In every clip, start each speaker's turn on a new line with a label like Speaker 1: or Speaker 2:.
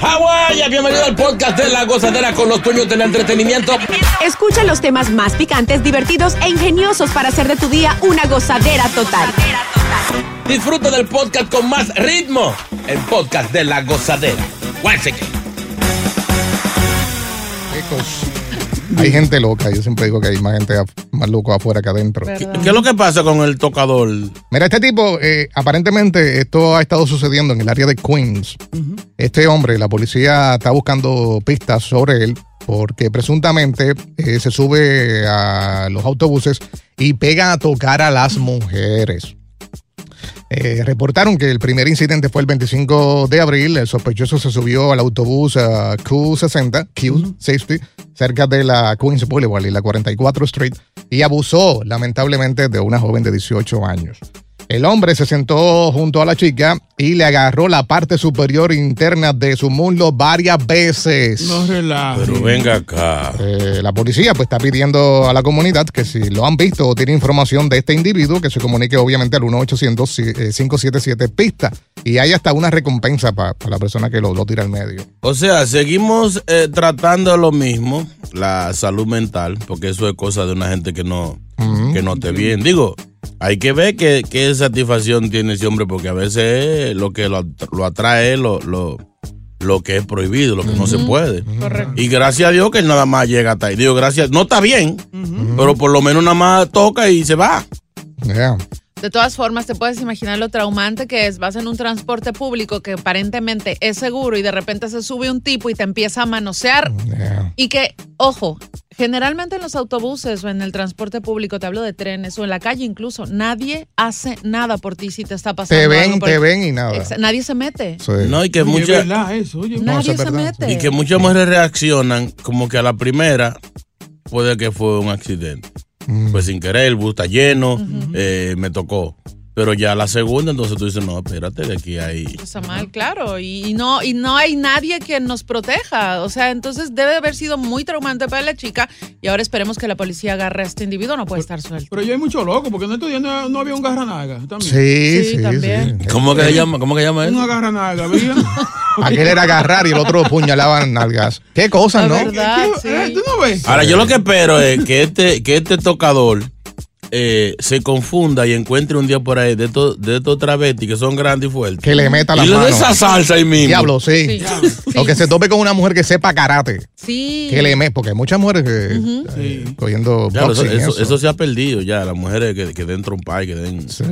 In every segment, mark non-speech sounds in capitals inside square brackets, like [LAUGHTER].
Speaker 1: Hawái, bienvenido al podcast de La Gozadera con los dueños del entretenimiento.
Speaker 2: Escucha los temas más picantes, divertidos e ingeniosos para hacer de tu día una gozadera total.
Speaker 1: Disfruta del podcast con más ritmo. El podcast de La Gozadera. Guánseque.
Speaker 3: Hay gente loca, yo siempre digo que hay más gente af- más loco afuera que adentro.
Speaker 1: ¿Qué es lo que pasa con el tocador?
Speaker 3: Mira, este tipo, eh, aparentemente esto ha estado sucediendo en el área de Queens. Este hombre, la policía está buscando pistas sobre él porque presuntamente eh, se sube a los autobuses y pega a tocar a las mujeres. Eh, reportaron que el primer incidente fue el 25 de abril. El sospechoso se subió al autobús ah, Q60, Q60, cerca de la Queens Boulevard y la 44 Street y abusó lamentablemente de una joven de 18 años. El hombre se sentó junto a la chica y le agarró la parte superior interna de su muslo varias veces.
Speaker 1: Pero venga acá.
Speaker 3: Eh, la policía pues está pidiendo a la comunidad que si lo han visto o tiene información de este individuo, que se comunique obviamente al eh, 1-800-577-PISTA. Y hay hasta una recompensa para la persona que lo, lo tira al medio.
Speaker 1: O sea, seguimos eh, tratando lo mismo, la salud mental, porque eso es cosa de una gente que no,
Speaker 3: Ujú.
Speaker 1: que no esté bien. Digo, hay que ver qué, qué satisfacción tiene ese hombre, porque a veces eh, lo que lo, at- lo atrae es lo, lo, lo que es prohibido, lo que no se puede. Y gracias a Dios que él nada más llega hasta ahí. Digo, gracias, no está bien, pero por lo menos nada más toca y se va.
Speaker 3: Yeah.
Speaker 4: De todas formas, te puedes imaginar lo traumante que es. Vas en un transporte público que aparentemente es seguro y de repente se sube un tipo y te empieza a manosear.
Speaker 3: Yeah.
Speaker 4: Y que, ojo, generalmente en los autobuses o en el transporte público, te hablo de trenes o en la calle incluso, nadie hace nada por ti si te está pasando
Speaker 3: Te
Speaker 4: algo
Speaker 3: ven,
Speaker 4: por-
Speaker 3: te ven y nada.
Speaker 4: Exa- Nadie se mete.
Speaker 3: Sí.
Speaker 1: No, y que muchas
Speaker 3: No, eso
Speaker 4: Nadie
Speaker 3: es
Speaker 4: se
Speaker 3: verdad.
Speaker 4: mete.
Speaker 1: y que muchas mujeres reaccionan como que a la primera puede que fue un accidente.
Speaker 3: Mm.
Speaker 1: Pues sin querer, el bus está lleno, eh, me tocó. Pero ya la segunda, entonces tú dices, no, espérate, de aquí hay.
Speaker 4: Está mal, claro. Y, y no, y no hay nadie que nos proteja. O sea, entonces debe de haber sido muy traumante para la chica. Y ahora esperemos que la policía agarre a este individuo. No puede estar suelto.
Speaker 5: Pero yo hay mucho loco, porque en estos días no, no había un garranaga. También.
Speaker 3: Sí,
Speaker 4: Sí,
Speaker 3: sí, sí.
Speaker 4: también.
Speaker 1: ¿Cómo
Speaker 3: eh,
Speaker 1: que se llama? ¿Cómo que llama
Speaker 5: Un
Speaker 1: eso?
Speaker 5: agarranaga,
Speaker 4: [LAUGHS]
Speaker 5: ¿veía?
Speaker 3: Aquel era agarrar y el otro puñalaba nalgas. Qué cosas,
Speaker 4: La
Speaker 3: ¿no?
Speaker 4: verdad,
Speaker 5: ¿Qué- eh,
Speaker 4: sí.
Speaker 5: ¿Tú no ves?
Speaker 1: Ahora, yo lo que espero es que este, que este tocador eh, se confunda y encuentre un día por ahí de estos de estos travestis que son grandes y fuertes.
Speaker 3: Que le meta la
Speaker 1: y le
Speaker 3: mano.
Speaker 1: dé esa salsa ahí mismo.
Speaker 3: Diablo, sí.
Speaker 4: Sí.
Speaker 3: O que se tope con una mujer que sepa karate.
Speaker 4: Sí.
Speaker 3: Que le me, porque hay muchas mujeres que eh, cogiendo
Speaker 1: Claro, eso,
Speaker 3: boxing y
Speaker 1: eso-
Speaker 3: eso.
Speaker 1: eso se ha perdido ya. Las mujeres que, que den trompa y que den.
Speaker 3: Sí.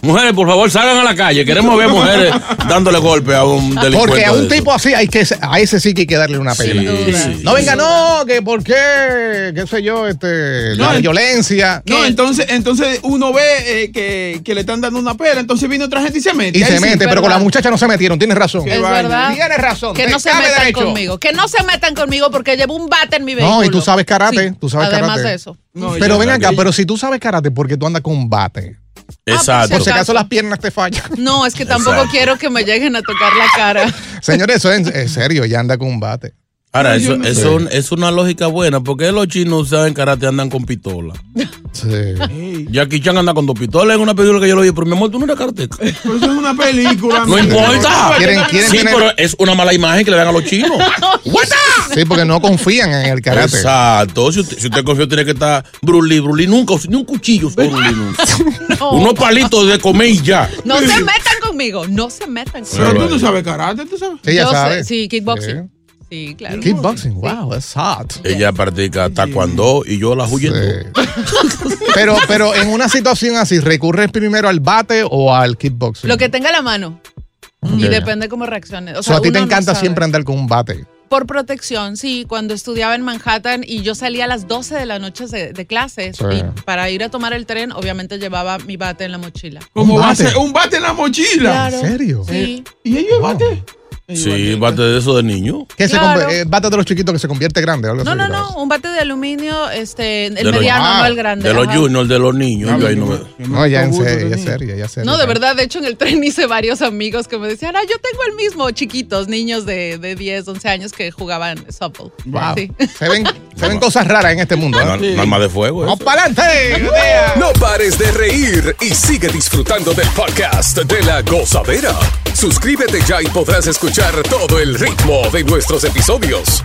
Speaker 1: Mujeres, por favor, salgan a la calle. Queremos ver [LAUGHS] mujeres dándole golpe a un delincuente.
Speaker 3: Porque a
Speaker 1: de
Speaker 3: un
Speaker 1: esos.
Speaker 3: tipo así hay que a ese sí que hay que darle una
Speaker 1: Sí,
Speaker 3: pela.
Speaker 1: sí.
Speaker 3: No venga, no, que por qué, qué sé yo, este, la
Speaker 5: No, en-
Speaker 3: violencia.
Speaker 5: No,
Speaker 4: ¿Qué?
Speaker 5: entonces, entonces uno ve eh, que, que le están dando una pera, entonces viene otra gente y se mete.
Speaker 3: Y
Speaker 5: Ahí
Speaker 3: se
Speaker 5: sí,
Speaker 3: mete, pero con la
Speaker 5: ¿verdad?
Speaker 3: muchacha no se metieron, tienes razón.
Speaker 5: Sí.
Speaker 4: Es
Speaker 5: vaya.
Speaker 4: verdad.
Speaker 3: Tienes razón,
Speaker 4: Ah, Que no se
Speaker 3: cabe
Speaker 4: metan
Speaker 3: derecho.
Speaker 4: conmigo. Que no se metan conmigo porque llevo un bate en mi vehículo.
Speaker 3: No, y tú sabes karate, tú sabes
Speaker 4: Además
Speaker 3: karate.
Speaker 4: de eso.
Speaker 5: No,
Speaker 3: Pero
Speaker 5: ya.
Speaker 3: ven acá,
Speaker 1: que-
Speaker 3: pero si tú sabes karate, ¿por qué tú andas con bate?
Speaker 1: Exacto.
Speaker 3: Por si acaso las piernas te fallan. [LAUGHS]
Speaker 4: No, es que tampoco
Speaker 3: Exacto.
Speaker 4: quiero que me lleguen a tocar la cara.
Speaker 3: Señores, eso es en serio, ya anda con un bate.
Speaker 1: Ahora,
Speaker 3: No, yo
Speaker 1: eso,
Speaker 3: no
Speaker 1: eso es una lógica buena, porque los chinos saben karate andan con pistola.
Speaker 3: Sí.
Speaker 1: Jackie Chan anda con dos pistolas en una película que yo lo vi, pero mi amor, tú no eres karateca.
Speaker 5: Pero eso es una
Speaker 4: [LAUGHS]
Speaker 5: película.
Speaker 1: No
Speaker 5: mi amor.
Speaker 1: importa.
Speaker 3: Quieren- quieren
Speaker 1: sí,
Speaker 3: tener-
Speaker 1: pero es una mala imagen que le dan a los chinos.
Speaker 3: Sí, porque no confían en el karate.
Speaker 1: Exacto. Si usted, si usted confía, tiene que estar brulí, brulí. Nunca, ni un cuchillo usó brulí, nunca. Unos palitos de comer y ya.
Speaker 4: Oh. No se metan conmigo, no se metan conmigo.
Speaker 5: Pero tú no sabes karate, tú sabes.
Speaker 3: Ella
Speaker 4: Yo sé,
Speaker 3: sabe.
Speaker 4: sí, kickboxing. Sí, claro. [LAUGHS]
Speaker 3: Kickboxing, wow, that's hot.
Speaker 1: Ella practica taekwondo y yo la huyendo.
Speaker 3: Pero, pero en una situación así, ¿recurres primero al bate o al kickboxing?
Speaker 4: Lo que tenga a la mano. Y
Speaker 3: Ok.
Speaker 4: depende cómo reacciones. O
Speaker 3: O
Speaker 4: sea,
Speaker 3: a ti
Speaker 4: uno
Speaker 3: te
Speaker 4: no
Speaker 3: encanta
Speaker 4: sabe.
Speaker 3: siempre andar con un bate.
Speaker 4: Por protección, sí. Cuando estudiaba en Manhattan y yo salía a las 12 de la noche de, de clases
Speaker 3: Sí.
Speaker 4: y para ir a tomar el tren, obviamente llevaba mi bate en la mochila.
Speaker 5: Como bate. Un bate en la mochila.
Speaker 4: Claro.
Speaker 3: serio?
Speaker 4: Sí.
Speaker 5: ¿Y ellos bate?
Speaker 1: Sí, bate de eso de niño.
Speaker 3: ¿Qué se
Speaker 4: Claro.
Speaker 3: conv- eh, bate de los chiquitos que se convierte grande. o algo
Speaker 4: No,
Speaker 3: así,
Speaker 4: no,
Speaker 3: ¿verdad?
Speaker 4: no. Un bate de aluminio, este, el
Speaker 1: De los-
Speaker 4: mediano,
Speaker 1: Ah,
Speaker 4: no el grande.
Speaker 1: De los
Speaker 4: ajá.
Speaker 1: juniors, de los niños. Yo ahí no me-
Speaker 3: No, ya en serio, ya en serio, ya en serio.
Speaker 4: No, de verdad, de hecho en el tren hice varios amigos que me decían, ah, yo tengo el mismo, chiquitos, niños de, de 10, 11 años que jugaban softball.
Speaker 3: Wow.
Speaker 4: Sí.
Speaker 3: Se ven, se ven cosas raras en este mundo. ¿eh?
Speaker 1: Un arma de fuego.
Speaker 3: ¡Vamos para adelante!
Speaker 6: No pares de reír y sigue disfrutando del podcast de la gozadera. Suscríbete ya y podrás escuchar todo el ritmo de nuestros episodios.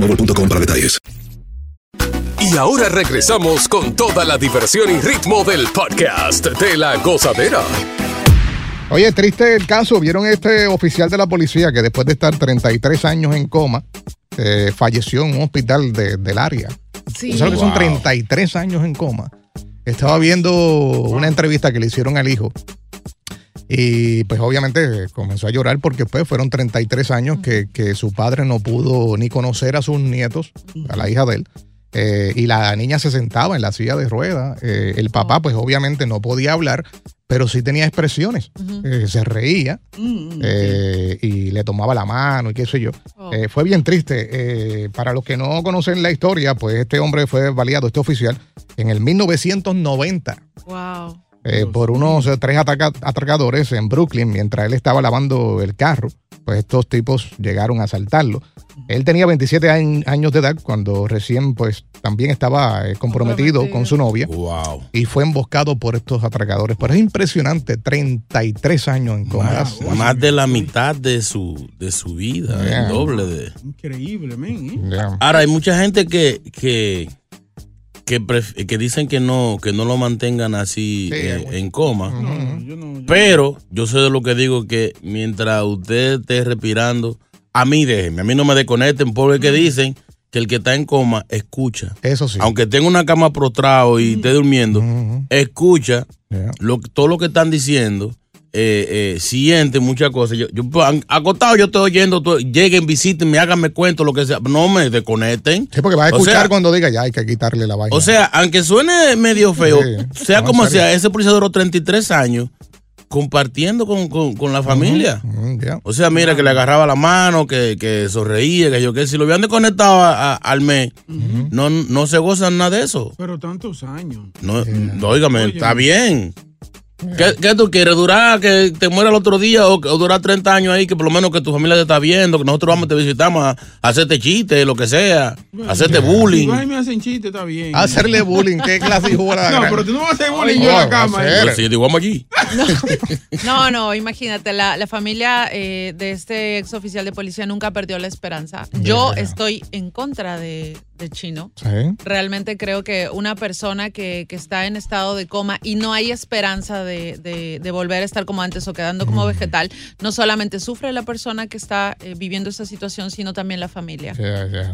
Speaker 7: para detalles.
Speaker 6: Y ahora regresamos con toda la diversión y ritmo del podcast de la gozadera.
Speaker 3: Oye, triste el caso. Vieron este oficial de la policía que después de estar 33 años en coma, eh, falleció en un hospital de- del área.
Speaker 4: Sí.
Speaker 3: ¿Tú ¿Sabes lo que son
Speaker 4: Wow.
Speaker 3: 33 años en coma? Estaba viendo una entrevista que le hicieron al hijo. Y pues obviamente comenzó a llorar porque pues fueron 33 años que, que su padre no pudo ni conocer a sus nietos, a la hija de él. Eh, y la niña se sentaba en la silla de ruedas. Eh, el papá pues obviamente no podía hablar, pero sí tenía expresiones. Eh, se reía eh, y le tomaba la mano y qué sé yo.
Speaker 8: Oh.
Speaker 3: Eh, fue bien triste. Eh, para los que no conocen la historia, pues este hombre fue baleado, este oficial, en el 1990
Speaker 4: Wow.
Speaker 3: eh, por unos eh, tres ataca- atracadores en Brooklyn mientras él estaba lavando el carro. Pues estos tipos llegaron a asaltarlo. Él tenía 27 añ- años de edad cuando recién pues también estaba eh, comprometido con su novia. Y fue emboscado por estos atracadores. Pero es impresionante, 33 años en coma. That's-
Speaker 1: Más de la mitad de su, de su vida,
Speaker 3: Yeah.
Speaker 1: el doble de.
Speaker 5: Increíble, men. ¿eh?
Speaker 3: Yeah.
Speaker 1: Ahora, hay mucha gente que, que, que, pref- que dicen que no, que no lo mantengan así eh, en coma. Pero yo sé de lo que digo que mientras usted esté respirando, a mí déjenme, a mí no me desconecten, porque que dicen que el que está en coma escucha.
Speaker 3: Eso sí.
Speaker 1: Aunque tenga una cama prostrado y esté durmiendo, escucha lo, todo lo que están diciendo. eh, eh, siente muchas cosas. Yo, yo, an- acostado, yo estoy oyendo. todo, lleguen, visítenme, háganme cuento, lo que sea. No me desconecten.
Speaker 3: Sí, porque va a
Speaker 1: O
Speaker 3: escuchar
Speaker 1: sea,
Speaker 3: cuando diga ya hay que quitarle la vaina.
Speaker 1: o sea, aunque suene medio feo,
Speaker 3: Sí,
Speaker 1: sea
Speaker 3: no,
Speaker 1: como
Speaker 3: en serio.
Speaker 1: sea, ese policía duró 33 años compartiendo con, con- con la familia.
Speaker 3: Mm, yeah.
Speaker 1: O sea, mira, que le agarraba la mano, que, que sonreía, que yo qué. Si lo habían desconectado a- a- al mes, no, no se gozan nada de eso.
Speaker 5: Pero tantos años.
Speaker 1: No, no, óigame, está bien.
Speaker 5: Eh.
Speaker 1: ¿Qué, qué tú quieres? ¿Durar que te muera el otro día o, o durar 30 años ahí que por lo menos que tu familia te está viendo, que nosotros vamos y te visitamos a, a hacerte chiste, lo que sea, a hacerte bullying?
Speaker 5: Igual me hacen chiste, está bien.
Speaker 3: Hacerle bullying, ¿qué clase de jugo
Speaker 5: [LAUGHS] No, pero tú no vas a hacer bullying yo en la cama. ¿eh?
Speaker 1: Pues sí, digo, vamos aquí.
Speaker 4: [LAUGHS] No, no, imagínate, la, la familia eh, de este ex oficial de policía nunca perdió la esperanza. Yo
Speaker 3: Yeah.
Speaker 4: estoy en contra de, de Chino.
Speaker 3: Sí.
Speaker 4: Realmente creo que una persona que, que está en estado de coma y no hay esperanza de, de- de volver a estar como antes o quedando como vegetal, no solamente sufre la persona que está eh, viviendo esta situación, sino también la familia.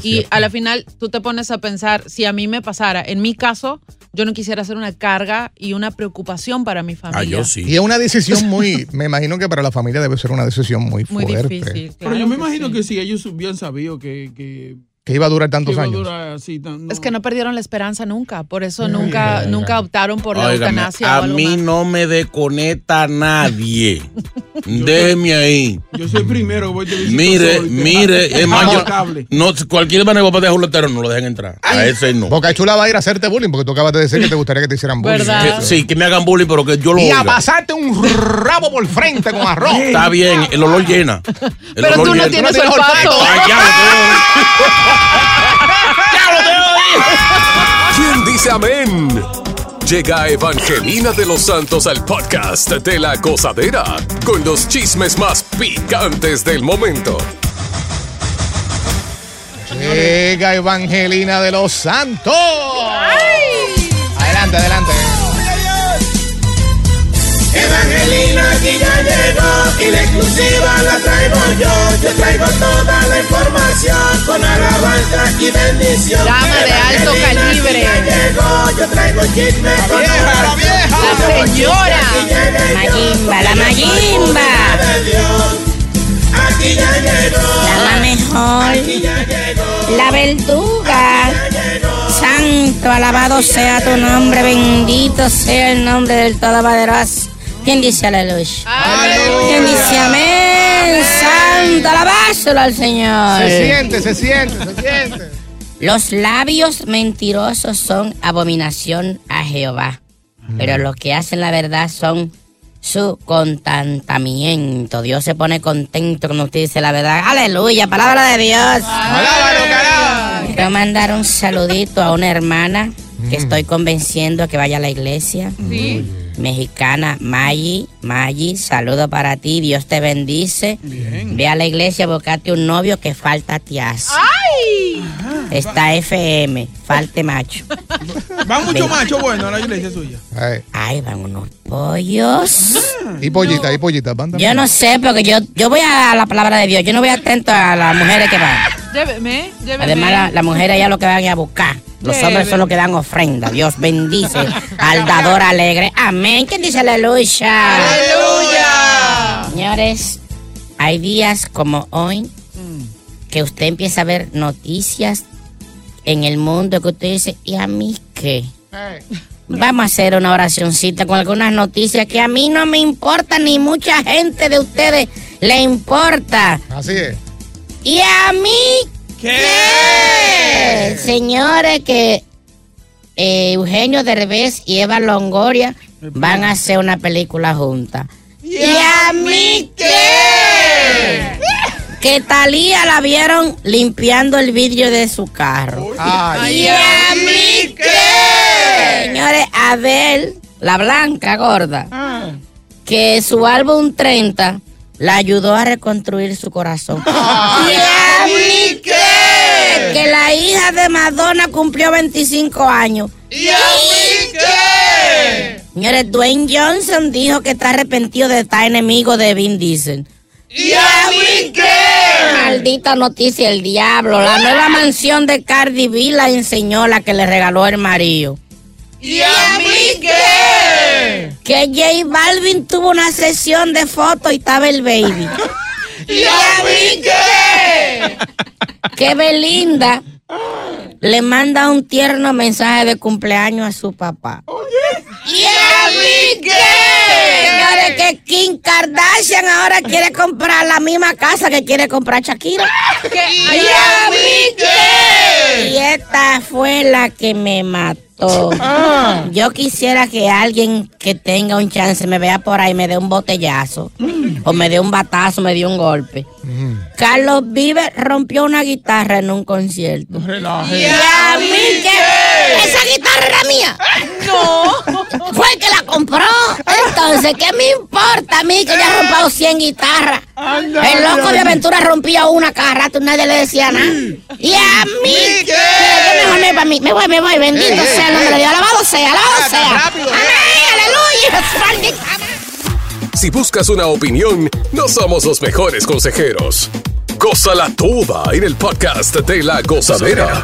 Speaker 4: Y a la final tú te pones a pensar, si a mí me pasara, en mi caso, yo no quisiera hacer una carga y una preocupación para mi
Speaker 1: Ah,
Speaker 4: familia.
Speaker 3: Y es una decisión muy, me imagino que para la familia debe ser una decisión muy
Speaker 4: Muy
Speaker 3: fuerte.
Speaker 4: difícil.
Speaker 5: Pero yo me imagino que si ellos hubieran sabido que, que
Speaker 3: Que iba a durar tantos
Speaker 5: iba a
Speaker 3: años.
Speaker 5: durar así tan.
Speaker 4: Es que no perdieron la esperanza nunca, por eso nunca, nunca optaron por la
Speaker 1: Óigame,
Speaker 4: eutanasia. o
Speaker 1: a
Speaker 4: algo
Speaker 1: mí no me desconecta
Speaker 5: [LAUGHS]
Speaker 1: nadie. Déjeme ahí.
Speaker 5: Yo soy primero, voy de
Speaker 1: Mire, mire, es más, yo-
Speaker 5: Cable.
Speaker 1: no, cualquier manera de juletero no lo dejen entrar. A ese no.
Speaker 3: Boca Chula va a ir a hacerte bullying porque tú acabas de decir que te gustaría que te hicieran bullying.
Speaker 1: Que- sí, que me hagan bullying, pero que yo lo
Speaker 3: Y a
Speaker 1: oiga.
Speaker 3: pasarte un rabo por frente con arroz.
Speaker 1: Está bien, el olor llena. El
Speaker 3: Pero
Speaker 1: olor
Speaker 3: tú no
Speaker 1: llena.
Speaker 3: tienes Tú no tienes olfato. olfato.
Speaker 1: Ay, ya,
Speaker 6: ¿Quién dice amén? Llega Evangelina de los Santos al podcast de la gozadera con los chismes más picantes del momento.
Speaker 3: Llega Evangelina de los Santos. Adelante, adelante.
Speaker 8: Evangelina aquí ya llegó y la exclusiva la traigo yo. Yo traigo toda la información con alabanza y bendición.
Speaker 4: Dama de alto
Speaker 8: Evangelina aquí
Speaker 4: calibre.
Speaker 8: ya llegó, yo traigo chisme con la vieja, la
Speaker 4: señora.
Speaker 8: Mayimba, la Mayimba. Aquí ya llegó. La
Speaker 9: mejor. La verduga. Santo, alabado sea tu nombre, bendito sea el nombre del Todopoderoso. ¿Quién dice aleluya? ¿Quién dice amén? Santo, alabáselo al Señor.
Speaker 3: Se siente, se siente, se siente.
Speaker 9: Los labios mentirosos son abominación a Jehová, pero los que hacen la verdad son su contentamiento. Dios se pone contento cuando usted dice la verdad. Aleluya, palabra de Dios. Quiero mandar un saludito a una hermana que estoy convenciendo que vaya a la iglesia. Mexicana Maggi, Maggi, saludo para ti, Dios te bendice. Ve a la iglesia a buscarte un novio que falta te hace.
Speaker 4: ¡Ay!
Speaker 9: Está FM, falte macho.
Speaker 5: Va mucho
Speaker 9: Ve-
Speaker 5: macho bueno a la iglesia suya.
Speaker 9: Ay, van unos pollos.
Speaker 3: Y pollita, y pollita. van
Speaker 9: Yo
Speaker 3: también.
Speaker 9: no sé, porque yo, yo voy a la palabra de Dios, yo no voy atento a las mujeres que van.
Speaker 4: Lléveme, lléveme.
Speaker 9: Además, las la mujeres ya lo que van a buscar. Los
Speaker 4: Lléveme.
Speaker 9: hombres son los que dan ofrenda. Dios bendice al dador alegre. Amén. ¿Quién dice aleluya? Aleluya. Señores, hay días como hoy que usted empieza a ver noticias en el mundo que usted dice, ¿y a mí qué? Vamos a hacer una oracioncita con algunas noticias que a mí no me importa ni mucha gente de ustedes le importa.
Speaker 3: Así es.
Speaker 9: ¿Y a mí qué? Señores, que eh, Eugenio Derbez y Eva Longoria van a hacer una película juntas. ¿Y a mí qué? Que Talía la vieron limpiando el vidrio de su carro.
Speaker 3: Ay.
Speaker 9: ¿Y a mí qué? Señores, Adel, la blanca gorda,
Speaker 10: Ah.
Speaker 9: que su álbum 30 la ayudó a reconstruir su corazón. ¿Y a mí qué? Que la hija de Madonna cumplió 25 años.
Speaker 8: ¿Y a mí qué?
Speaker 9: Señores, Dwayne Johnson dijo que está arrepentido de estar enemigo de Vin Diesel.
Speaker 8: ¿Y a mí qué?
Speaker 9: Maldita noticia, el diablo. La
Speaker 8: Ah.
Speaker 9: nueva mansión de Cardi B la enseñó la que le regaló el marido.
Speaker 8: ¿Y a mí qué?
Speaker 9: Que J Balvin tuvo una sesión de fotos y estaba
Speaker 8: [LAUGHS]
Speaker 9: el baby.
Speaker 8: ¿Y a mí qué?
Speaker 9: Que Belinda le manda un tierno mensaje de cumpleaños a su papá.
Speaker 8: ¿Y a mí qué?
Speaker 9: Señores, que Kim Kardashian ahora quiere comprar la misma casa que quiere comprar Shakira.
Speaker 8: ¿Y a mí qué?
Speaker 9: Y esta fue la que me mató. Yo quisiera que alguien que tenga un chance me vea por ahí, me dé un botellazo, o me dé un batazo, me dé un golpe. Carlos Vives rompió una guitarra en un concierto.
Speaker 8: Relaje.
Speaker 9: Y a mí que esa guitarra era mía. No. [LAUGHS] Fue el que la compró. Entonces, ¿qué me importa a mí que haya rompido 100 guitarras? el loco de
Speaker 8: ya.
Speaker 9: aventura rompía una cada rato, nadie le decía nada. Y a mí que que mejor me voy para mí. Me voy, me voy, bendito
Speaker 8: Ey, ey,
Speaker 9: sea el nombre de
Speaker 8: ey.
Speaker 9: Dios. Alabado sea, alabado
Speaker 8: Acá,
Speaker 9: sea.
Speaker 8: rápido,
Speaker 9: Amén, aleluya.
Speaker 6: Si buscas una opinión, no somos los mejores consejeros. Goza la tuba en el podcast de la gozadera.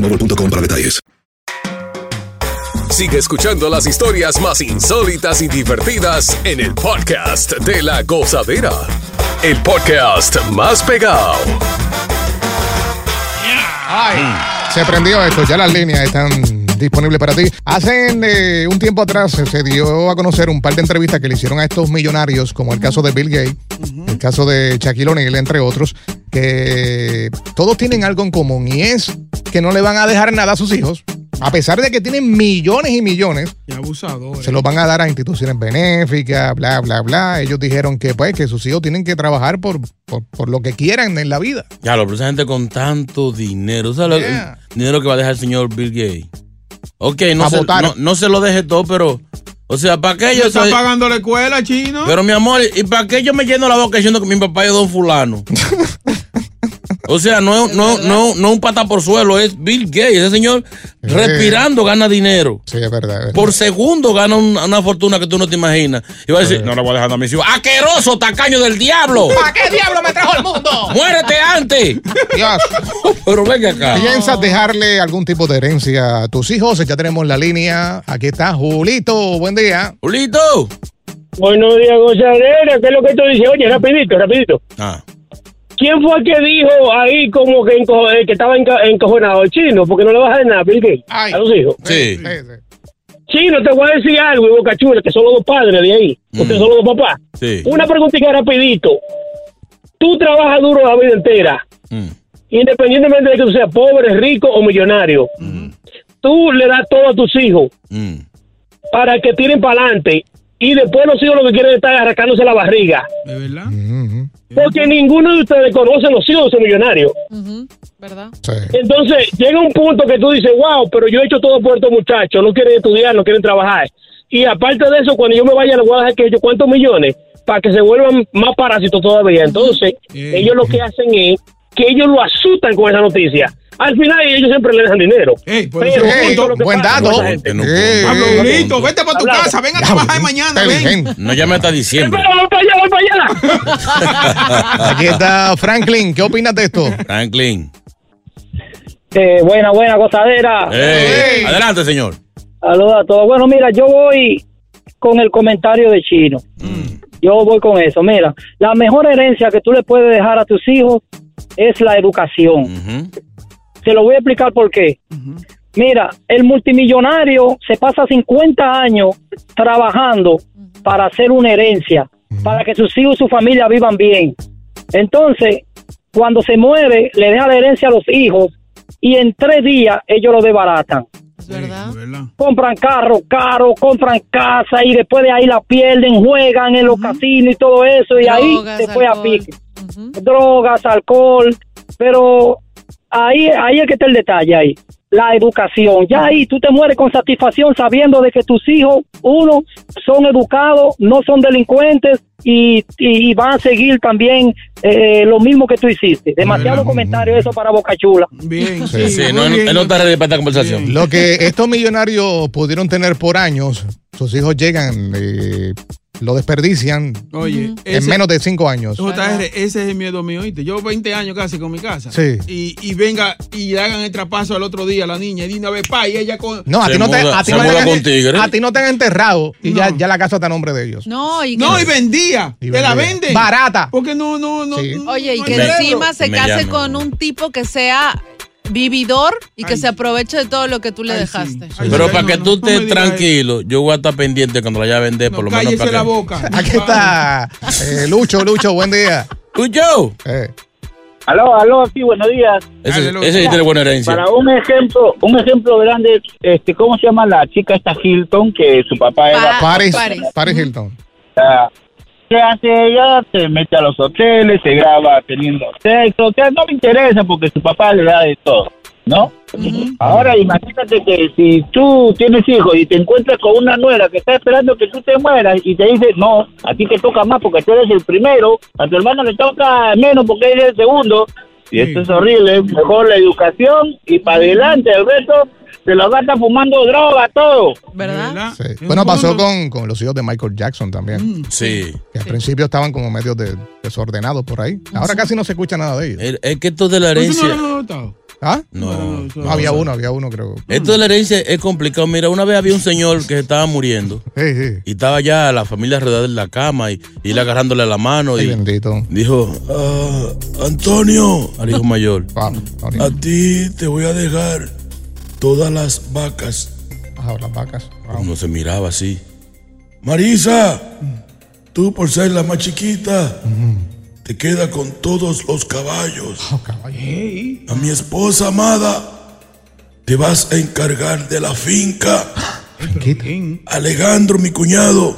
Speaker 7: para detalles.
Speaker 6: Sigue escuchando las historias más insólitas y divertidas en el podcast de la gozadera. El podcast más pegado.
Speaker 3: Se prendió esto, ya las líneas están disponibles para ti. Hace eh, un tiempo atrás eh, se dio a conocer un par de entrevistas que le hicieron a estos millonarios, como el caso de Bill Gates, el caso de Shaquille O'Neal, entre otros, que todos tienen algo en común y es que no le van a dejar nada a sus hijos, a pesar de que tienen millones y millones.
Speaker 5: Qué abusador.
Speaker 3: Se los van a dar a instituciones benéficas, bla, bla, bla. Ellos dijeron que pues que sus hijos tienen que trabajar por, por, por lo que quieran en la vida.
Speaker 1: Ya, lo pero esa gente con tanto dinero. ¿Sabes lo-
Speaker 3: Yeah.
Speaker 1: el dinero que va a dejar el señor Bill Gates? Ok, no
Speaker 3: Pa'
Speaker 1: se,
Speaker 3: votar.
Speaker 1: no, no se lo deje todo, pero. O sea, ¿para qué yo
Speaker 5: ¿Están
Speaker 1: soy-
Speaker 5: pagando la escuela, chino?
Speaker 1: Pero mi amor, ¿y para qué yo me lleno la boca diciendo que mi papá es don
Speaker 3: [LAUGHS]
Speaker 1: fulano? O sea, no es no, no, no un pata por suelo, es Bill Gates. Ese señor respirando gana dinero.
Speaker 3: Sí, es verdad.
Speaker 1: Por segundo gana un- una fortuna que tú no te imaginas. Y va a decir, no la voy a dejar a mis hijos. ¡Aqueroso, tacaño del diablo!
Speaker 8: ¿Para qué diablo me trajo al mundo?
Speaker 1: [LAUGHS] ¡Muérete antes! Uh,
Speaker 3: Dios.
Speaker 1: Pero venga acá.
Speaker 3: ¿Piensas dejarle algún tipo de herencia a tus hijos? Ya tenemos la línea. Aquí está Julito. Buen día.
Speaker 1: Julito.
Speaker 11: Buenos días, gozadera. ¿Qué es lo que tú dices? Oye, rapidito, rapidito.
Speaker 1: Ah.
Speaker 11: ¿Quién fue el que dijo ahí como que, enco- eh, que estaba enca- encojonado? El chino, porque no le vas a dar nada, Bill Gates, a los hijos.
Speaker 1: Sí.
Speaker 11: Chino, te voy a decir algo, y Boca Chula, que son los dos padres de ahí. Ustedes son los dos papás.
Speaker 1: Mm. Sí.
Speaker 11: Una preguntita rapidito. Tú trabajas duro la vida entera,
Speaker 1: Mm.
Speaker 11: independientemente de que tú seas pobre, rico o millonario.
Speaker 1: Mm.
Speaker 11: Tú le das todo a tus hijos para que tiren para adelante. Y después los hijos lo que quieren es estar arrancándose la barriga.
Speaker 5: ¿De verdad?
Speaker 11: Porque ninguno de ustedes conoce los hijos de ese millonario. Entonces, llega un punto que tú dices, wow, pero yo he hecho todo por estos muchachos, no quieren estudiar, no quieren trabajar. Y aparte de eso, cuando yo me vaya, les voy a dejar que ellos cuántos millones para que se vuelvan más parásitos todavía. Entonces, ellos lo que hacen es que ellos lo asustan con esa noticia. Al final, ellos siempre le dejan dinero.
Speaker 5: puede ser. Ey, buen dato. Pablo Brito, vete para tu casa, ven a trabajar mañana, ven.
Speaker 1: No llame hasta [LAUGHS] diciembre.
Speaker 11: Voy para allá, voy para allá.
Speaker 3: Aquí está Franklin. ¿Qué opinas de esto?
Speaker 1: Franklin.
Speaker 12: Eh, buena, buena gozadera.
Speaker 1: Eh, Ey, Adelante, señor.
Speaker 12: Saludos a todos. Bueno, mira, yo voy con el comentario de Chino. Yo voy con eso. Mira, la mejor herencia que tú le puedes dejar a tus hijos es la educación. Se lo voy a explicar por qué. Mira, el multimillonario se pasa 50 años trabajando para hacer una herencia, para que sus hijos y su familia vivan bien. Entonces, cuando se muere, le deja la herencia a los hijos y en tres días ellos lo desbaratan compran carro caro, compran casa y después de ahí la pierden, juegan en los casinos y todo eso y ahí
Speaker 8: Drogas,
Speaker 12: se fue a pique. drogas, alcohol, pero ahí, ahí es que está el detalle ahí. La educación. Ya ahí tú te mueres con satisfacción sabiendo de que tus hijos, uno, son educados, no son delincuentes y, y- y van a seguir también eh, lo mismo que tú hiciste. Demasiado comentario eso para Boca Chula.
Speaker 1: Bien, sí, sí, no, él no está ready para esta conversación.
Speaker 3: Lo que estos millonarios pudieron tener por años, sus hijos llegan, eh, lo desperdician
Speaker 5: Oye,
Speaker 3: en
Speaker 5: ese-
Speaker 3: menos de cinco años.
Speaker 5: JR, ese es el miedo mío, ¿oíste? Yo 20 años casi con mi casa.
Speaker 3: Sí.
Speaker 5: Y, y venga y le hagan el trapazo al otro día a la niña. Y de una vez, pa, y ella con.
Speaker 3: No, a ti no, te, a ti no te-
Speaker 5: A
Speaker 3: a ti no te han enterrado y ya, ya la casa está a nombre de ellos.
Speaker 4: No, y,
Speaker 5: No, y vendía.
Speaker 3: Y
Speaker 5: te la
Speaker 3: vendía.
Speaker 5: venden.
Speaker 3: Barata.
Speaker 5: Porque no, no, no.
Speaker 4: Oye, y
Speaker 5: no
Speaker 4: que
Speaker 5: hay cerebro.
Speaker 4: encima se
Speaker 3: Me
Speaker 4: case
Speaker 3: llama.
Speaker 4: con un tipo que sea vividor y que se aproveche de todo lo que tú le dejaste.
Speaker 1: Pero para que tú estés tranquilo, yo voy a estar pendiente cuando la vaya a vender, por lo menos para que.
Speaker 5: boca.
Speaker 3: Aquí está eh, Lucho, Lucho, buen día. Eh,
Speaker 1: Lucho.
Speaker 13: Aló, aló, aquí, buenos días.
Speaker 1: Ese- ese sí tiene buena herencia.
Speaker 13: Para un ejemplo, un ejemplo grande, este, ¿cómo se llama la chica esta Hilton que su papá era?
Speaker 3: Paris, Paris Hilton.
Speaker 13: Ah, ¿Qué hace ella? Se mete a los hoteles, se graba teniendo sexo, o sea, no le interesa porque su papá le da de todo, ¿no? Ahora imagínate que si tú tienes hijos y te encuentras con una nuera que está esperando que tú te mueras y te dice, no, a ti te toca más porque tú eres el primero, a tu hermano le toca menos porque él es el segundo, y esto es horrible, ¿eh? mejor la educación y para adelante, el resto se lo gasta fumando droga, todo.
Speaker 4: ¿Verdad?
Speaker 3: Bueno, pasó con, con los hijos de Michael Jackson también.
Speaker 1: Mm, Sí. Ah,
Speaker 3: Que al principio estaban como medio de- desordenados por ahí. Ahora casi no se escucha nada de ellos.
Speaker 1: Es es que esto de la herencia.
Speaker 3: ¿Ah?
Speaker 1: No,
Speaker 3: No, había uno, había uno, creo.
Speaker 1: Esto de la herencia es complicado. Mira, una vez había un señor que estaba muriendo y estaba ya la familia alrededor de la cama y, y él agarrándole la mano. y Dijo, "Ah, Antonio, al hijo mayor, a ti te voy a dejar todas las vacas.
Speaker 3: Ah, las vacas.
Speaker 1: No se miraba así. Marisa, tú por ser la más chiquita, te queda con todos los caballos. A mi esposa amada, te vas a encargar de la finca. Alejandro, mi cuñado,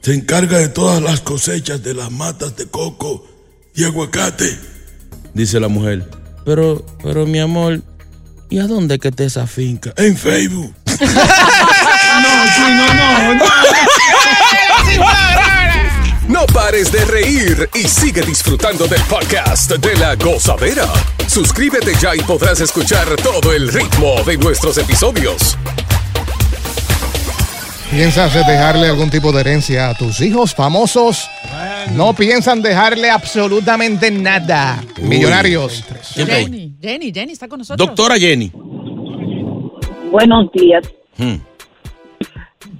Speaker 1: se encarga de todas las cosechas de las matas de coco y aguacate. Dice la mujer. Pero, pero mi amor, ¿y a dónde que está esa finca? En Facebook.
Speaker 5: [LAUGHS] No, sí, no, no.
Speaker 4: [LAUGHS]
Speaker 5: no.
Speaker 6: No pares de reír y sigue disfrutando del podcast de la gozadera. Suscríbete ya y podrás escuchar todo el ritmo de nuestros episodios.
Speaker 3: ¿Piensas dejarle algún tipo de herencia a tus hijos famosos? No piensan dejarle absolutamente nada.
Speaker 1: Uy.
Speaker 3: Millonarios.
Speaker 4: Jenny, Jenny, Jenny está con nosotros.
Speaker 1: Doctora Jenny.
Speaker 14: Buenos días.
Speaker 1: Hmm.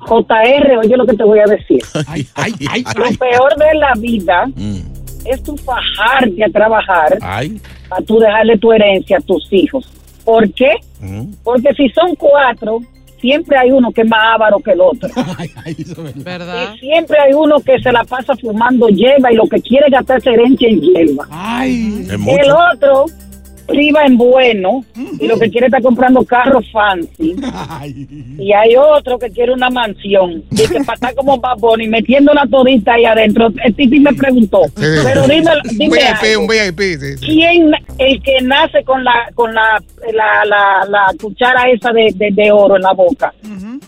Speaker 14: JR, oye lo que te voy a decir. lo peor de la vida es tu fajarte a trabajar para tú dejarle tu herencia a tus hijos. ¿Por qué? Porque si son cuatro, siempre hay uno que es más avaro que el otro.
Speaker 4: ¿Verdad?
Speaker 14: Y siempre hay uno que se la pasa fumando hierba y lo que quiere es gastarse herencia en hierba.
Speaker 1: Es
Speaker 14: El
Speaker 1: mucho.
Speaker 14: otro priva en bueno y lo que quiere está comprando carros fancy. Y hay otro que quiere una mansión. Y que para estar como Bad Bunny, metiendo la todita ahí adentro. El Titi me preguntó. Pero dime, dime
Speaker 3: un VIP,
Speaker 14: algo.
Speaker 3: un VIP. sí, sí.
Speaker 14: ¿Quién, el que nace con la con la, la, la- la cuchara esa de, de- de oro en la boca,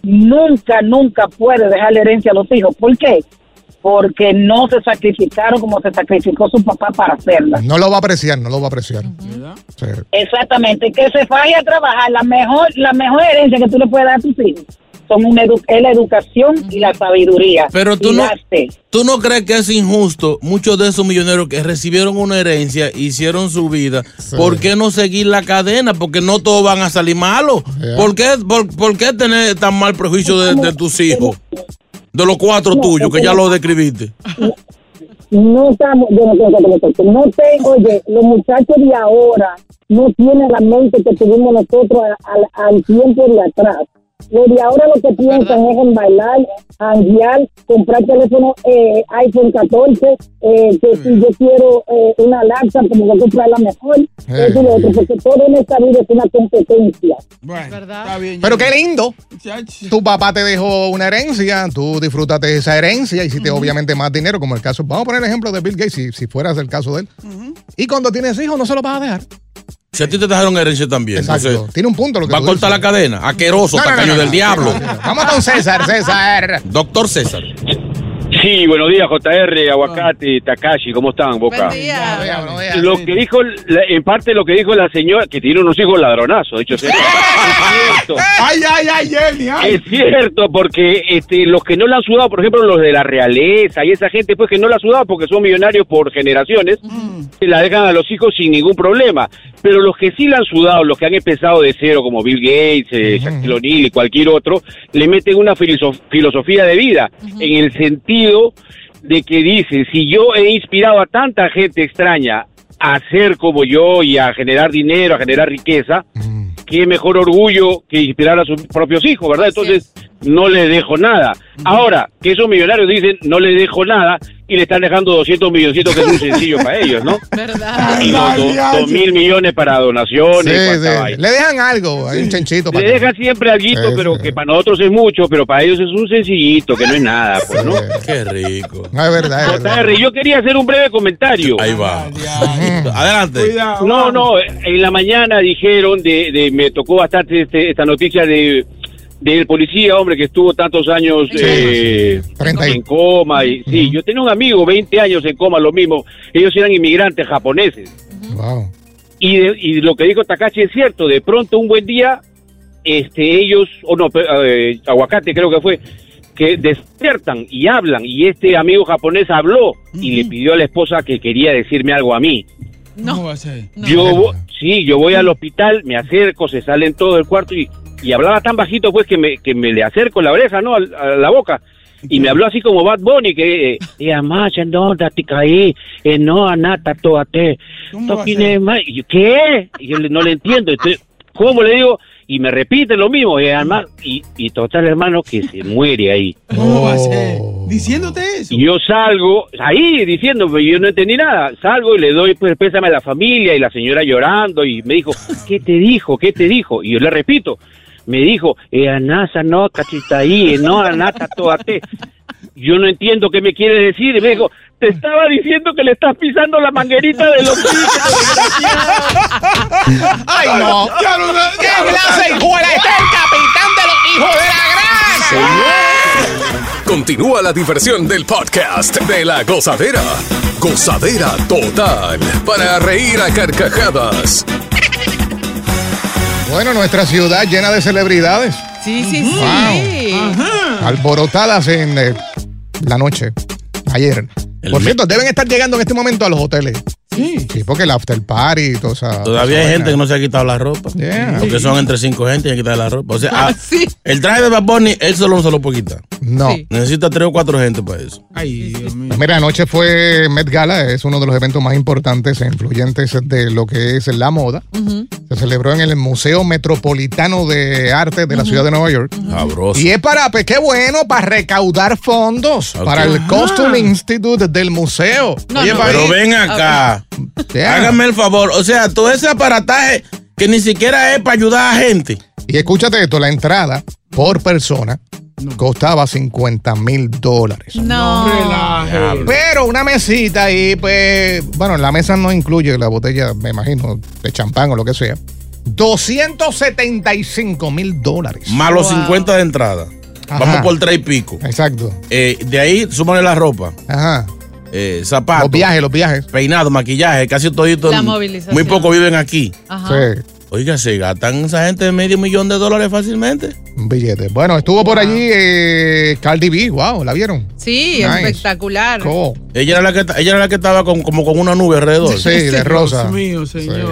Speaker 14: nunca, nunca puede dejarle herencia a los hijos. ¿Por qué? Porque no se sacrificaron como se sacrificó su papá para hacerla.
Speaker 3: No lo va a apreciar, no lo va a apreciar. Sí.
Speaker 14: Exactamente, que se falle a trabajar. La mejor, la mejor herencia que tú le puedes dar a tus hijos son una edu- es la educación y la sabiduría.
Speaker 1: Pero tú
Speaker 14: Y
Speaker 1: no,
Speaker 14: la fe.
Speaker 1: tú no crees que es injusto. Muchos de esos millonarios que recibieron una herencia, hicieron su vida. ¿Por qué no seguir la cadena? Porque no todos van a salir malos. ¿Por, qué, por, por qué tener tan mal prejuicio de, de tus hijos? De los cuatro tuyos, que ya los describiste.
Speaker 14: No estamos, yo no tengo que meterse. No tengo, oye, los muchachos de ahora no tienen la mente que tuvimos nosotros al, al- al tiempo de atrás. Los de ahora lo que piensan es en bailar, anguiar, comprar teléfono eh, iPhone 14, eh, que si yo quiero eh, una lata, como voy a comprar la mejor, eso y lo otro, porque todo en esta vida es una competencia.
Speaker 3: Pero qué lindo. Tu papá te dejó una herencia, tú disfrútate de esa herencia, hiciste obviamente más dinero, como el caso. Vamos a poner el ejemplo de Bill Gates, si, si fueras el caso de él. Y cuando tienes hijos, no se los vas a dejar.
Speaker 1: Si a ti te dejaron herencia también.
Speaker 3: Exacto.
Speaker 1: entonces,
Speaker 3: Tiene un punto lo que
Speaker 1: va a
Speaker 3: tú
Speaker 1: cortar la cadena. Aqueroso,
Speaker 3: No, no, no,
Speaker 1: tacaño
Speaker 3: no, no,
Speaker 1: del
Speaker 3: no,
Speaker 1: diablo.
Speaker 3: [LAUGHS] Vamos con César, César.
Speaker 1: Doctor César.
Speaker 15: Sí, buenos días, JR, Aguacate, Takashi, ¿cómo están, Boca? Lo que dijo, la- en parte lo que dijo la señora, que tiene unos hijos ladronazos, dicho sea.
Speaker 5: Ay, ay, ay, Jenny. ay.
Speaker 15: Es cierto, porque este, los que no la han sudado, por ejemplo, los de la realeza y esa gente, pues que no la han sudado porque son millonarios por generaciones, se la dejan a los hijos sin ningún problema. Pero los que sí la han sudado, los que han empezado de cero, como Bill Gates, eh, Shaquille O'Neal y cualquier otro, le meten una filosof- filosofía de vida, en el sentido de que dicen, si yo he inspirado a tanta gente extraña a ser como yo y a generar dinero, a generar riqueza, qué mejor orgullo que inspirar a sus propios hijos, ¿verdad? Entonces, no les dejo nada. Ahora, que esos millonarios dicen, no les dejo nada, y le están dejando 200 milloncitos, que es muy sencillo para ellos, ¿no? ¿Verdad? Y los
Speaker 3: [LAUGHS]
Speaker 15: do-
Speaker 3: Ay,
Speaker 15: dos mil millones para donaciones,
Speaker 3: Sí,
Speaker 15: cuanta
Speaker 3: sí.
Speaker 15: vaina.
Speaker 3: Le dejan algo, hay un chenchito.
Speaker 15: Le dejan siempre alguito, pero que para nosotros es mucho, pero para ellos es un sencillito, que no es nada, pues, ¿no?
Speaker 1: Qué rico.
Speaker 3: No, es verdad, es verdad.
Speaker 15: Terry, yo quería hacer un breve comentario.
Speaker 1: Ahí va. Adelante.
Speaker 15: No, no, en la mañana dijeron, de, de- me tocó bastante este- esta noticia de del policía, hombre, que estuvo tantos años eh, en coma. Y, sí, yo tenía un amigo, 20 años en coma, lo mismo. Ellos eran inmigrantes japoneses.
Speaker 3: Wow.
Speaker 15: Y, de- y lo que dijo Takashi es cierto, de pronto un buen día, este, ellos, o no, pe- eh, aguacate creo que fue, que despiertan y hablan, y este amigo japonés habló y le pidió a la esposa que quería decirme algo a mí.
Speaker 5: No. va a ser?
Speaker 15: Yo, vo- sí, yo voy al hospital, me acerco, se sale en todo el cuarto y, y hablaba tan bajito pues que me, que me le acerco la oreja, ¿no? Al- A, la boca. Y me habló así como Bad Bunny, que... eh, Y además, no, date caí, eh, no, anata, toate.
Speaker 5: ¿Cómo va a
Speaker 15: Toquine
Speaker 5: ser?
Speaker 15: ma- [LAUGHS] y yo, ¿Qué? Y yo le- no le entiendo. Entonces, ¿Cómo le digo? Y me repite lo mismo. Y, además, y, y total, hermano, que se muere ahí.
Speaker 5: ¿Cómo va a ser? Diciéndote eso.
Speaker 15: Y yo salgo, ahí diciéndome, yo no entendí nada. Salgo y le doy pues pésame a la familia y la señora llorando y me dijo, ¿qué te dijo? ¿Qué te dijo? Y yo le repito, me dijo, eh, anasa no, cachitaí, eh, no, anata toate. Yo no entiendo qué me quiere decir. Y me dijo, te estaba diciendo que le estás pisando la manguerita de los
Speaker 3: Ay, no.
Speaker 5: Ya no- ya
Speaker 3: ¡Qué
Speaker 5: no-
Speaker 3: clase de hijuela! ¡Este es el capitán de los hijos de la gran!
Speaker 6: Continúa la diversión del podcast de la gozadera. Gozadera total. Para reír a carcajadas.
Speaker 3: Bueno, nuestra ciudad llena de celebridades,
Speaker 4: Sí, sí, sí.
Speaker 3: alborotadas en eh, la noche, ayer. Por cierto, deben estar llegando en este momento a los hoteles. Sí. porque el after party y toda esa.
Speaker 1: Todavía hay
Speaker 3: esa
Speaker 1: gente que
Speaker 3: vaina.
Speaker 1: no se ha quitado la ropa.
Speaker 3: Ah, Yeah.
Speaker 1: Porque son entre cinco gente y hay que quitar la ropa. O sea, ah, el traje de Bad Bunny, él solo no se lo puede quitar.
Speaker 3: No. Sí.
Speaker 1: Necesita tres o cuatro gente para eso.
Speaker 3: Mira, anoche fue Met Gala, es uno de los eventos más importantes e influyentes de lo que es la moda. Se celebró en el Museo Metropolitano de Arte de la ciudad de Nueva York.
Speaker 1: Sabroso.
Speaker 3: Y es para, pues qué bueno, para recaudar fondos para el Costume Institute del museo. Oye, para
Speaker 1: pero
Speaker 3: ahí.
Speaker 1: ven
Speaker 3: Ah,
Speaker 1: acá.
Speaker 3: Yeah.
Speaker 1: Hágame el favor. O sea, todo ese aparataje que ni siquiera es para ayudar a gente.
Speaker 3: Y escúchate esto, la entrada por persona costaba 50 mil dólares.
Speaker 4: No.
Speaker 5: Diablo.
Speaker 3: Pero una mesita ahí, pues, bueno, la mesa no incluye la botella, me imagino, de champán o lo que sea. 275 mil dólares.
Speaker 1: Más los 50 de entrada.
Speaker 3: Ajá.
Speaker 1: Vamos por tres y pico.
Speaker 3: Exacto.
Speaker 1: Eh, de ahí, súmale la ropa.
Speaker 3: Ajá.
Speaker 1: Eh, zapatos. Los
Speaker 3: viajes, los viajes.
Speaker 1: Peinado, maquillaje, casi todo.
Speaker 4: La movilización.
Speaker 1: Muy poco viven aquí.
Speaker 4: Ajá.
Speaker 1: Oiga, se gastan esa gente medio millón de dólares fácilmente.
Speaker 3: Un billete. Bueno, estuvo por allí eh, Cardi B, wow, ¿la vieron?
Speaker 4: Sí,
Speaker 3: Nice.
Speaker 4: espectacular.
Speaker 1: Ella era la que, ta- ella era la que estaba con, como con una nube alrededor.
Speaker 3: Sí, de Dios rosa.
Speaker 1: mío,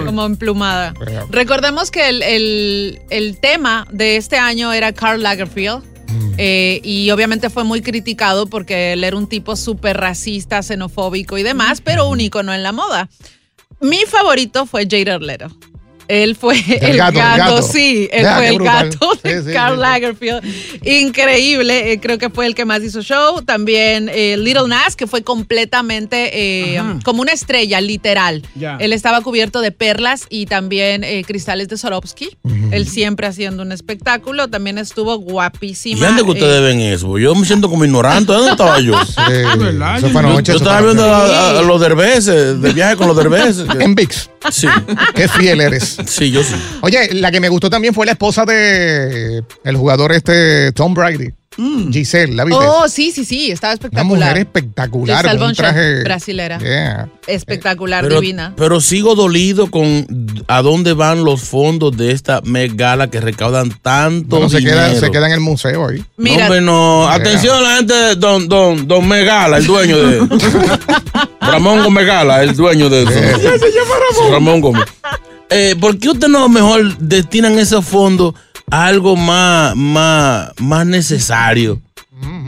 Speaker 4: Como emplumada. Recordemos que el, el- el tema de este año era Karl Lagerfeld.
Speaker 3: Mm.
Speaker 4: eh, y obviamente fue muy criticado porque él era un tipo súper racista, xenofóbico y demás, pero un ícono en la moda. Mi favorito fue Jade Arleto. Él fue
Speaker 3: Del
Speaker 4: el
Speaker 3: gato,
Speaker 4: gato,
Speaker 3: del gato.
Speaker 4: sí, él
Speaker 3: Ya, Ah,
Speaker 4: fue
Speaker 3: qué
Speaker 4: el
Speaker 3: brutal.
Speaker 4: gato de
Speaker 3: Sí, sí,
Speaker 4: Karl
Speaker 3: sí.
Speaker 4: Lagerfeld. Increíble, eh, creo que fue el que más hizo show. También eh, Little Nas, que fue completamente eh, como una estrella, literal.
Speaker 10: Ya.
Speaker 4: Él estaba cubierto de perlas y también eh, cristales de Swarovski. Él siempre haciendo un espectáculo. También estuvo
Speaker 1: ¿Y
Speaker 4: guapísima.
Speaker 1: dónde que
Speaker 4: eh,
Speaker 1: ustedes ven eso? Yo me siento como ignorante. ¿Dónde estaba yo?
Speaker 3: ¿verdad?
Speaker 1: Yo-
Speaker 3: Eso fue
Speaker 1: yo,
Speaker 3: anoche, eso
Speaker 1: estaba
Speaker 3: fue
Speaker 1: viendo
Speaker 3: anoche.
Speaker 1: a, a- a los derbeces, de viaje con los
Speaker 3: [LAUGHS]
Speaker 1: derbeces.
Speaker 3: En VIX.
Speaker 1: Sí.
Speaker 3: Qué fiel eres.
Speaker 1: Sí, yo sí.
Speaker 3: Oye, la que me gustó también fue la esposa de el jugador este Tom Brady. Giselle, ¿la viste?
Speaker 4: Oh, sí, sí, sí, estaba
Speaker 3: Una
Speaker 4: espectacular.
Speaker 3: mujer espectacular.
Speaker 4: De
Speaker 3: Con un
Speaker 4: Salvation,
Speaker 3: traje.
Speaker 4: brasilera.
Speaker 3: Yeah.
Speaker 4: Espectacular,
Speaker 1: Pero,
Speaker 4: divina.
Speaker 1: pero sigo dolido con a dónde van los fondos de esta Met Gala que recaudan tanto
Speaker 3: Bueno, se, queda,
Speaker 1: dinero.
Speaker 3: se queda en el museo ahí.
Speaker 1: No, hombre, no. Atención a la gente de Don, don, don Megala, el dueño de.
Speaker 3: [LAUGHS]
Speaker 1: Ramón Gómez Gala, el dueño de. Ramón. Gómez. Eh, ¿Por qué usted no mejor destinan esos fondos a algo más, más, más necesario?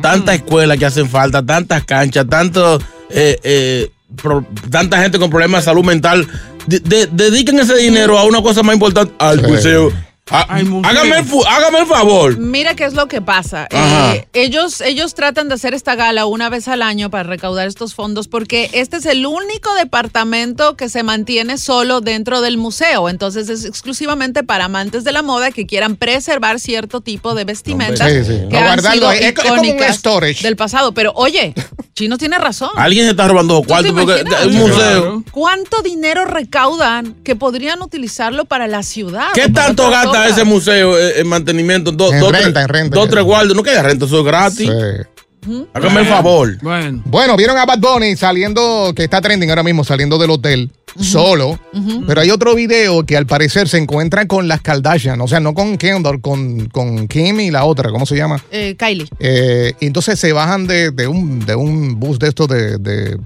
Speaker 1: Tantas escuelas que hacen falta, tantas canchas, tanto, eh, eh, pro- tanta gente con problemas de salud mental. De- de- dediquen ese dinero a una cosa más importante, al museo. A- hágame, el, fu- hágame el favor.
Speaker 4: Mira qué es lo que pasa.
Speaker 1: Ajá.
Speaker 4: Eh, ellos, ellos tratan de hacer esta gala una vez al año para recaudar estos fondos porque este es el único departamento que se mantiene solo dentro del museo. Entonces es exclusivamente para amantes de la moda que quieran preservar cierto tipo de vestimenta
Speaker 3: Sí, sí.
Speaker 4: que
Speaker 3: No,
Speaker 4: han
Speaker 3: guardarlo
Speaker 4: sido
Speaker 3: ahí. Es co- es como un
Speaker 4: icónicas del pasado. Pero oye, Chino tiene razón.
Speaker 1: Alguien se está robando los
Speaker 4: ¿Tú te
Speaker 1: cuartos porque
Speaker 4: imaginas?
Speaker 1: el museo.
Speaker 4: ¿Cuánto dinero recaudan que podrían utilizlo para la ciudad?
Speaker 1: ¿Qué
Speaker 4: Para
Speaker 1: tanto
Speaker 4: otras
Speaker 1: gasta
Speaker 4: cosas?
Speaker 1: ese museo eh, en mantenimiento? Do-
Speaker 3: En
Speaker 1: dos,
Speaker 3: renta,
Speaker 1: tres,
Speaker 3: en renta.
Speaker 1: Dos, tres guardias. No queda renta, eso es gratis. Hágame el favor.
Speaker 3: Bueno. vieron a Bad Bunny saliendo, que está trending ahora mismo, saliendo del hotel solo.
Speaker 4: Ujú.
Speaker 3: Pero hay otro video que al parecer se encuentra con las Kardashian, o sea, no con Kendall, con, con Kim y la otra, ¿cómo se llama?
Speaker 4: Eh, Kylie.
Speaker 3: Eh, y entonces se bajan de, de un, de un bus de estos de, de-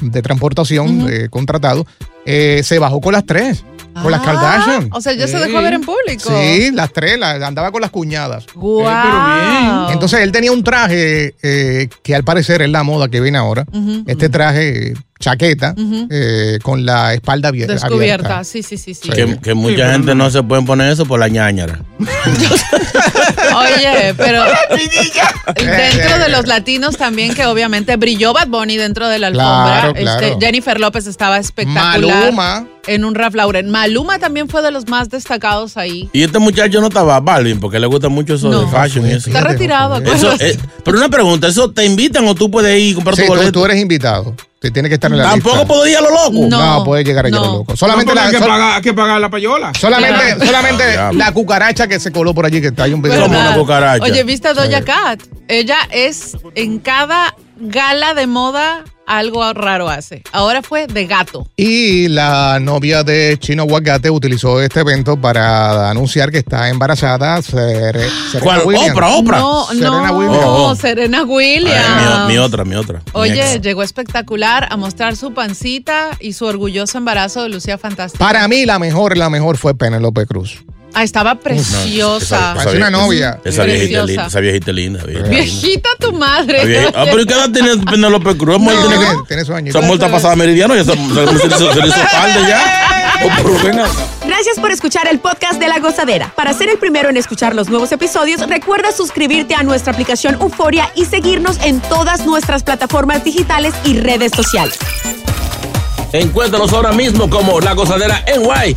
Speaker 3: de transportación eh, contratado. Eh, se bajó con las tres, con las Kardashian.
Speaker 4: Ah, O sea, ya se
Speaker 3: Sí.
Speaker 4: dejó ver en público.
Speaker 3: Sí, las tres, la- andaba con las cuñadas.
Speaker 4: Guau. Eh, pero bien.
Speaker 3: Entonces él tenía un traje eh, que al parecer es la moda que viene ahora.
Speaker 4: Ujú.
Speaker 3: Este traje, eh, chaqueta,
Speaker 4: Ujú.
Speaker 3: eh, con la espalda abier- abierta.
Speaker 4: Descubierta. Sí, sí, sí, sí.
Speaker 1: Que, que mucha gente no se pueden poner eso por la ñañara.
Speaker 4: [LAUGHS] Oye, pero
Speaker 3: [LAUGHS]
Speaker 4: dentro de los latinos también que obviamente brilló Bad Bunny dentro de la alfombra.
Speaker 3: Claro, claro.
Speaker 4: Este, Jennifer López estaba espectacular.
Speaker 3: Maluma.
Speaker 4: En un Ralph Lauren. Maluma también fue de los más destacados ahí.
Speaker 1: Y este muchacho no estaba Balvin porque le gusta mucho eso de fashion y eso.
Speaker 4: Está retirado.
Speaker 1: Eso,
Speaker 4: acuérdate.
Speaker 1: eh, pero una pregunta, ¿eso te invitan o tú puedes ir y comprar
Speaker 3: Sí,
Speaker 1: tu
Speaker 3: tú,
Speaker 1: boleto?
Speaker 3: tú eres invitado. Te tiene que estar en la
Speaker 1: ¿Tampoco
Speaker 3: lista.
Speaker 1: puedo ir a lo loco?
Speaker 3: No, puedes llegar allá a lo loco. Solamente
Speaker 5: No, porque
Speaker 3: la,
Speaker 5: hay, que
Speaker 3: sol-
Speaker 5: pagar, hay que pagar la payola.
Speaker 3: solamente, solamente
Speaker 5: Ya.
Speaker 3: la cucaracha que se coló por allí, que está ahí un video.
Speaker 4: ¿Verdad? Oye, ¿viste a Doja Cat? Ella es en cada gala de moda algo raro hace. Ahora fue de gato.
Speaker 3: Y la novia de Chino Guagate utilizó este evento para anunciar que está embarazada. Ser- Serena
Speaker 1: ¿Cuál?
Speaker 3: Williams.
Speaker 1: ¿Oprah, Oprah?
Speaker 4: No,
Speaker 3: Serena
Speaker 4: no,
Speaker 3: Williams.
Speaker 1: Oh.
Speaker 4: Serena Williams.
Speaker 1: Ay, mi, mi otra, mi otra. Mi
Speaker 4: Oye,
Speaker 1: ex.
Speaker 4: llegó espectacular a mostrar su pancita y su orgulloso embarazo de Lucía Fantástica.
Speaker 3: Para mí la mejor, la mejor fue Penélope Cruz.
Speaker 4: Ah, estaba preciosa.
Speaker 3: Parece una novia.
Speaker 1: Esa viejita
Speaker 4: Preciosa.
Speaker 1: linda, esa viejita linda. esa viejita linda.
Speaker 4: Viejita tu madre.
Speaker 1: Está
Speaker 4: [LAUGHS]
Speaker 1: bien. Ah, pero ¿qué edad tiene Penélope Cruz? Esa mujer
Speaker 3: No.
Speaker 1: tiene-
Speaker 3: Tiene su
Speaker 1: Esa mujer está pasada meridiano y
Speaker 4: [LAUGHS]
Speaker 1: esa- se, se- se- se le hizo tarde ya. Oh, pero venga.
Speaker 2: Gracias por escuchar el podcast de La Gozadera. Para ser el primero en escuchar los nuevos episodios, recuerda suscribirte a nuestra aplicación Euforia y seguirnos en todas nuestras plataformas digitales y redes sociales.
Speaker 1: Encuéntranos ahora mismo como La Gozadera en Guay.